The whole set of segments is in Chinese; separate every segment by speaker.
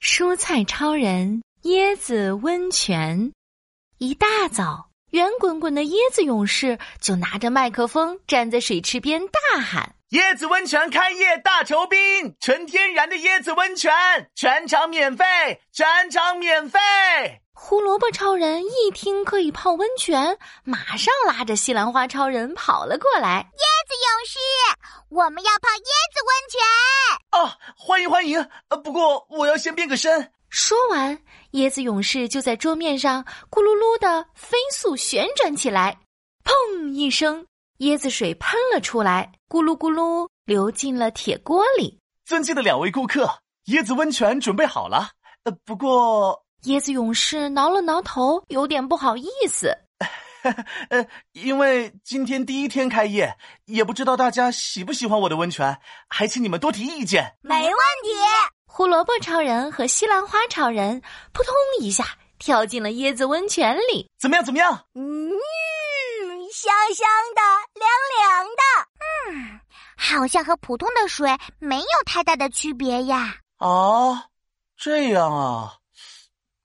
Speaker 1: 蔬菜超人椰子温泉。一大早，圆滚滚的椰子勇士就拿着麦克风站在水池边大喊
Speaker 2: 椰子温泉开业大酬宾，纯天然的椰子温泉，全场免费，全场免费。：“
Speaker 1: 胡萝卜超人！”一听可以泡温泉，马上拉着西兰花超人跑了过来。
Speaker 3: 勇士，我们要泡椰子温泉。
Speaker 2: 哦，欢迎欢迎！呃，不过我要先变个身。
Speaker 1: 说完，椰子勇士就在桌面上咕噜噜的飞速旋转起来，砰一声，椰子水喷了出来，咕噜咕噜流进了铁锅里。
Speaker 2: 尊敬的两位顾客，椰子温泉准备好了。呃，不过，
Speaker 1: 椰子勇士挠了挠头，有点不好意思。
Speaker 2: 呃，因为今天第一天开业，也不知道大家喜不喜欢我的温泉，还请你们多提意见。
Speaker 3: 没问题，
Speaker 1: 胡萝卜超人和西兰花超人扑通一下跳进了椰子温泉里。
Speaker 2: 怎么样？怎么样？
Speaker 3: 嗯，香香的，凉凉的，嗯，好像和普通的水没有太大的区别呀。
Speaker 2: 啊，这样啊，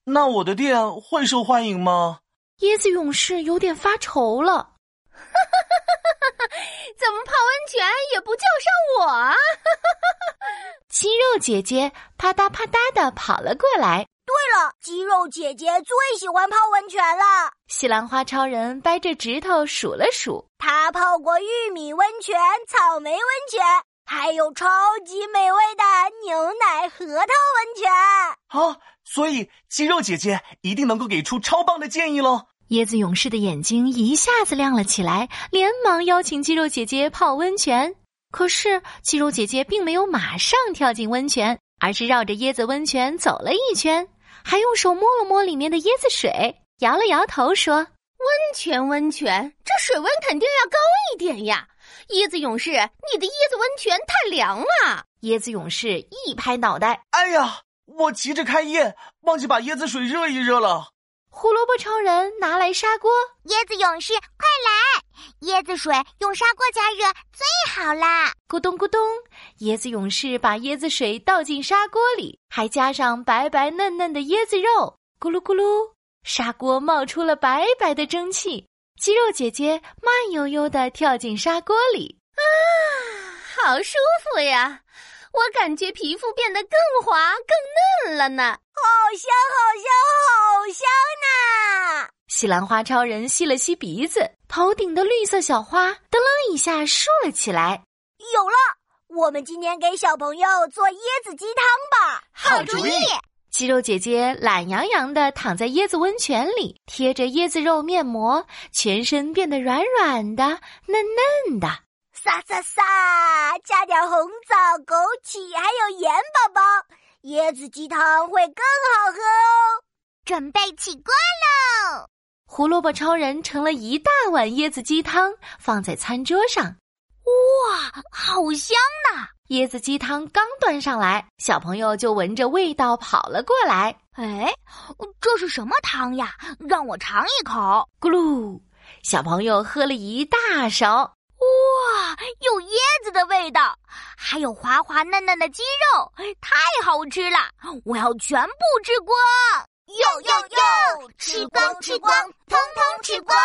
Speaker 2: 那我的店会受欢迎吗？
Speaker 1: 椰子勇士有点发愁了。
Speaker 4: 怎么泡温泉也不叫上我 啊？
Speaker 1: 肌肉姐姐啪嗒啪嗒的跑了过来，
Speaker 3: 对了，肌哦肉姐姐最喜欢泡温泉了，
Speaker 1: 西兰花超人掰着指头数了数，
Speaker 3: 她泡过玉米温泉、草莓温泉，还有超级美味的牛奶核桃温泉。
Speaker 2: 啊，所以肌肉姐姐一定能够给出超棒的建议喽。
Speaker 1: 椰子勇士的眼睛一下子亮了起来，连忙邀请肌肉姐姐泡温泉。可是肌肉姐姐并没有马上跳进温泉，而是绕着椰子温泉走了一圈，还用手摸了摸里面的椰子水，摇了摇头说
Speaker 4: 温泉温泉，这水温肯定要高一点呀！椰子勇士，你的椰子温泉太凉了。：“
Speaker 1: 椰子勇士一拍脑袋，
Speaker 2: 哎呀，我急着开业，忘记把椰子水热一热了。
Speaker 1: 胡萝卜超人拿来砂锅，
Speaker 3: 椰子勇士，快来！椰子水用砂锅加热最好啦。
Speaker 1: 咕咚咕咚，椰子勇士把椰子水倒进砂锅里，还加上白白嫩嫩的椰子肉，咕噜咕噜，砂锅冒出了白白的蒸汽。肌肉姐姐慢悠悠地跳进砂锅里，啊
Speaker 4: 好舒服呀！我感觉皮肤变得更滑、更嫩了呢。
Speaker 3: 好香，好香，好香呐！
Speaker 1: 西兰花超人吸了吸鼻子，头顶的绿色小花噔楞一下竖了起来。
Speaker 3: 有了，我们今天给小朋友做椰子鸡汤吧。
Speaker 2: 好主意
Speaker 1: 肌肉姐姐懒洋洋地躺在椰子温泉里，贴着椰子肉面膜，全身变得软软的、嫩嫩的。
Speaker 3: 撒撒撒，加点红枣、枸杞，还有盐，宝宝，椰子鸡汤会更好喝哦。准备起锅喽！
Speaker 1: 胡萝卜超人盛了一大碗椰子鸡汤，放在餐桌上。
Speaker 3: 哇，好香呐！
Speaker 1: 椰子鸡汤刚端上来，小朋友就闻着味道跑了过来。
Speaker 3: 哎，这是什么汤呀？让我尝一口。哇，
Speaker 1: 咕噜，小朋友喝了一大勺。
Speaker 3: 有椰子的味道，还有滑滑嫩嫩的鸡肉，太好吃了！我要全部吃光！哟哟哟，吃光吃光，通通吃光！